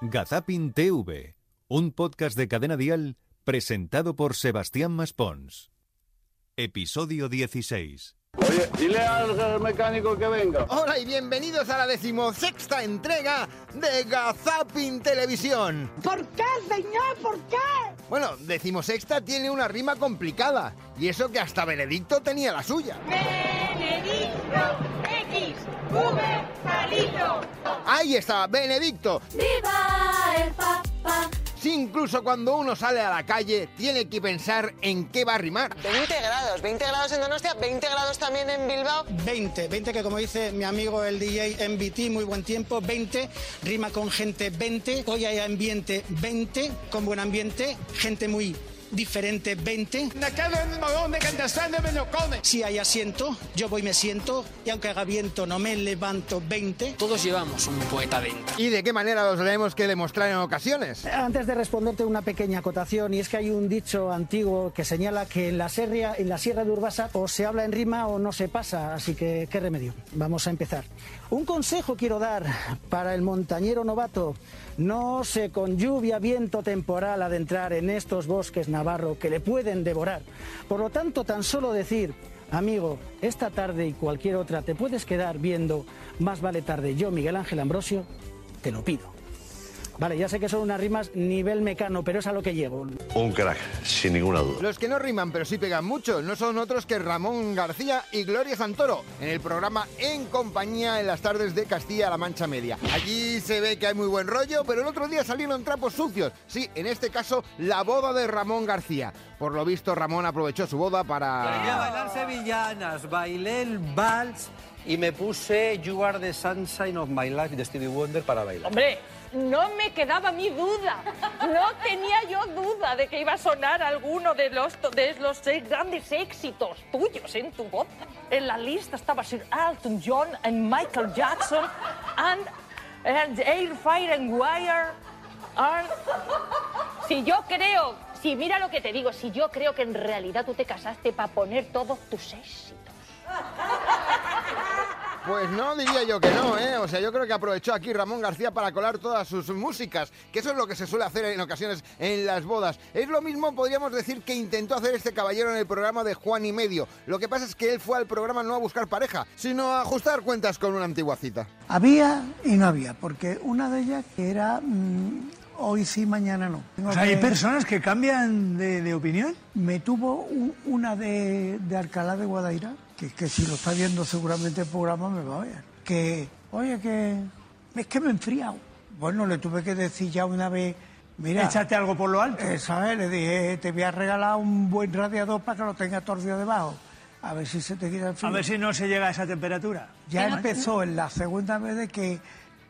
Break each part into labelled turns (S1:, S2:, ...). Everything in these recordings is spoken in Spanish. S1: Gazapin TV, un podcast de cadena dial presentado por Sebastián Maspons. Episodio 16.
S2: Oye, dile al mecánico que venga.
S3: Hola y bienvenidos a la decimosexta entrega de Gazapin Televisión.
S4: ¿Por qué, señor? ¿Por qué?
S3: Bueno, decimosexta tiene una rima complicada, y eso que hasta Benedicto tenía la suya.
S4: Benedicto X, V, palito.
S3: Ahí está, Benedicto.
S5: ¡Viva el Papa!
S3: Si incluso cuando uno sale a la calle, tiene que pensar en qué va a rimar.
S6: 20 grados, 20 grados en Donostia, 20 grados también en Bilbao.
S7: 20, 20 que como dice mi amigo el DJ MBT, muy buen tiempo, 20, rima con gente 20, hoy hay ambiente 20, con buen ambiente, gente muy diferente 20, si hay asiento, yo voy y me siento, y aunque haga viento no me levanto 20.
S8: Todos llevamos un poeta dentro.
S3: ¿Y de qué manera los tenemos que demostrar en ocasiones?
S7: Antes de responderte una pequeña acotación, y es que hay un dicho antiguo que señala que en la, serria- en la sierra de Urbasa o se habla en rima o no se pasa, así que qué remedio. Vamos a empezar. Un consejo quiero dar para el montañero novato. No se con lluvia, viento temporal adentrar en estos bosques navarro que le pueden devorar. Por lo tanto, tan solo decir, amigo, esta tarde y cualquier otra te puedes quedar viendo, más vale tarde. Yo, Miguel Ángel Ambrosio, te lo pido. Vale, ya sé que son unas rimas nivel mecano, pero es a lo que llego.
S9: Un crack, sin ninguna duda.
S3: Los que no riman pero sí pegan mucho no son otros que Ramón García y Gloria Santoro en el programa En Compañía en las tardes de Castilla-La Mancha Media. Allí se ve que hay muy buen rollo, pero el otro día salieron trapos sucios. Sí, en este caso la boda de Ramón García. Por lo visto Ramón aprovechó su boda
S10: Quería
S3: para...
S10: bailar sevillanas, bailé el vals y me puse You Are the Sunshine of My Life de Stevie Wonder para bailar.
S11: Hombre, no me quedaba mi duda. No tenía yo duda de que iba a sonar alguno de los, de los seis grandes éxitos tuyos en tu voz. En la lista estaba Sir Elton John and Michael Jackson and, and Air, Fire and Wire. and- Si yo creo, si mira lo que te digo, si yo creo que en realidad tú te casaste para poner todos tus éxitos.
S3: Pues no diría yo que no, ¿eh? O sea, yo creo que aprovechó aquí Ramón García para colar todas sus músicas, que eso es lo que se suele hacer en ocasiones en las bodas. Es lo mismo, podríamos decir, que intentó hacer este caballero en el programa de Juan y Medio. Lo que pasa es que él fue al programa no a buscar pareja, sino a ajustar cuentas con una antigua cita.
S7: Había y no había, porque una de ellas que era mm, hoy sí, mañana no. ¿Hay personas que cambian de, opinión? Me tuvo una de, Alcalá de Guadaira, que, si lo está viendo seguramente el programa me va a ver. Que, oye, que es que me he enfriado. Bueno, le tuve que decir ya una vez, mira... Échate algo por lo alto. ¿Sabes? Le dije, te voy a regalar un buen radiador para que lo tenga torcido debajo. A ver si se te quita el frío. A ver si no se llega a esa temperatura. Ya empezó en la segunda vez de que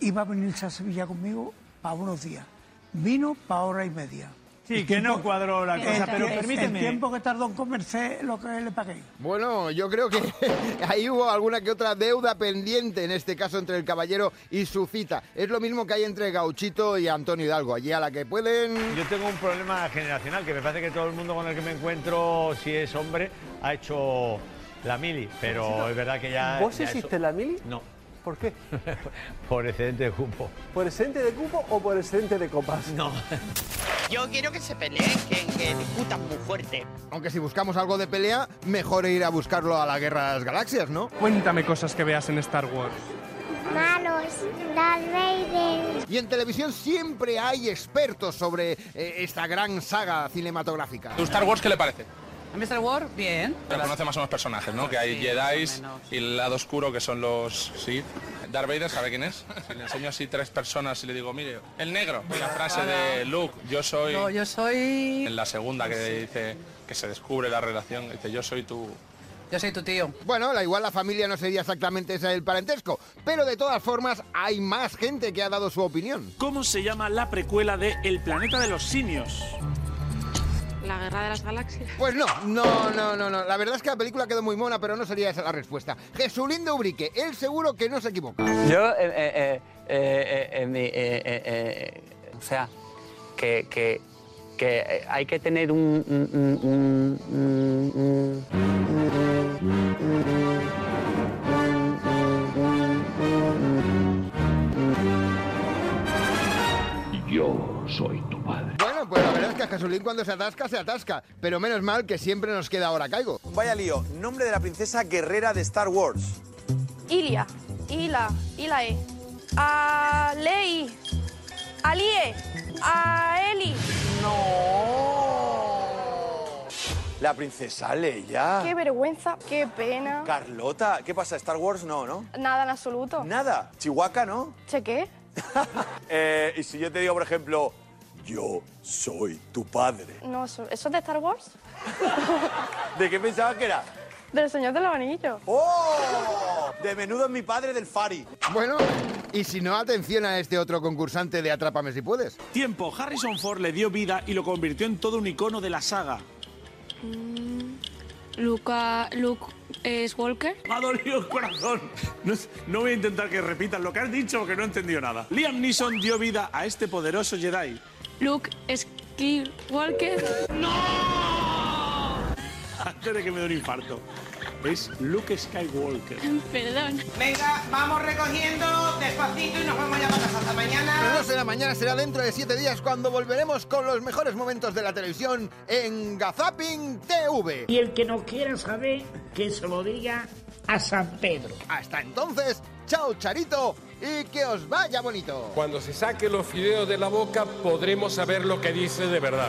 S7: iba a venirse a Sevilla conmigo para unos días. Vino para hora y media. Sí, que no cuadró la cosa, pero permíteme. El tiempo que tardó en convencer lo que le pagué.
S3: Bueno, yo creo que ahí hubo alguna que otra deuda pendiente, en este caso entre el caballero y su cita. Es lo mismo que hay entre Gauchito y Antonio Hidalgo. Allí a la que pueden...
S12: Yo tengo un problema generacional que me parece que todo el mundo con el que me encuentro, si es hombre, ha hecho la mili, pero es verdad que ya.
S10: ¿Vos
S12: ya eso-
S10: hiciste la mili?
S12: No,
S10: ¿Por qué?
S12: por excedente de cupo.
S10: ¿Por excedente de cupo o por excedente de copas?
S12: No.
S6: Yo quiero que se peleen, que, que discutan muy fuerte.
S3: Aunque si buscamos algo de pelea, mejor ir a buscarlo a la Guerra de las Galaxias, ¿no?
S7: Cuéntame cosas que veas en Star Wars.
S5: Manos, Darth Vader.
S3: Y en televisión siempre hay expertos sobre eh, esta gran saga cinematográfica.
S2: Star Wars qué le parece?
S6: A mí Star Wars, bien.
S2: Pero conoce más o menos personajes, ¿no? Que hay Jedi y el lado oscuro que son los... Sí. Darth Vader, ¿sabe quién es? Si le enseño así tres personas y le digo, mire, el negro. Y la frase de Luke, yo soy...
S6: yo soy...
S2: En la segunda que dice que se descubre la relación, dice, yo soy tu...
S6: Yo soy tu tío.
S3: Bueno, la igual la familia no sería exactamente esa del parentesco, pero de todas formas hay más gente que ha dado su opinión.
S7: ¿Cómo se llama la precuela de El planeta de los simios?
S4: La guerra de las galaxias.
S3: Pues no, no, no, no, no. La verdad es que la película quedó muy mona, pero no sería esa la respuesta. Jesulín de Ubrique, él seguro que no se equivoca.
S8: Yo, eh, eh, eh, eh, eh, eh, mi, eh, eh, eh, o sea, que, que, que eh, hay que tener un... un- un- un- un- un-
S13: soy tu padre.
S3: Bueno, pues la verdad es que a Jesulín cuando se atasca, se atasca. Pero menos mal que siempre nos queda ahora caigo.
S14: Vaya lío, nombre de la princesa guerrera de Star Wars.
S11: Ilia, Ila, Ilae, a Lei, Alie, a Eli.
S14: No. La princesa Leia.
S11: Qué vergüenza, qué pena.
S14: Carlota, ¿qué pasa? ¿Star Wars no, no?
S11: Nada en absoluto.
S14: Nada. Chihuahua, ¿no?
S11: Chequé.
S14: Eh, y si yo te digo, por ejemplo, yo soy tu padre.
S11: No, eso, ¿eso es de Star Wars?
S14: ¿De qué pensabas que era?
S11: Del Señor de los Anillos.
S14: ¡Oh! De menudo es mi padre del Fari.
S3: Bueno, y si no, atención a este otro concursante de Atrápame si puedes.
S15: Tiempo, Harrison Ford le dio vida y lo convirtió en todo un icono de la saga.
S16: Luca, Luke es Walker.
S15: Me ha dolido el corazón. No, no voy a intentar que repitas lo que has dicho porque no he entendido nada. Liam Neeson dio vida a este poderoso Jedi.
S16: Luke es Walker.
S15: ¡No! Antes de que me dé un infarto. Es Luke Skywalker.
S16: Perdón.
S17: Venga, vamos recogiendo despacito y nos vamos ya para casa. Hasta
S3: Pero
S17: mañana.
S3: no será mañana, será dentro de siete días cuando volveremos con los mejores momentos de la televisión en Gazaping TV.
S7: Y el que no quiera saber, que se lo diga a San Pedro.
S3: Hasta entonces, chao Charito y que os vaya bonito.
S2: Cuando se saque los fideos de la boca podremos saber lo que dice de verdad.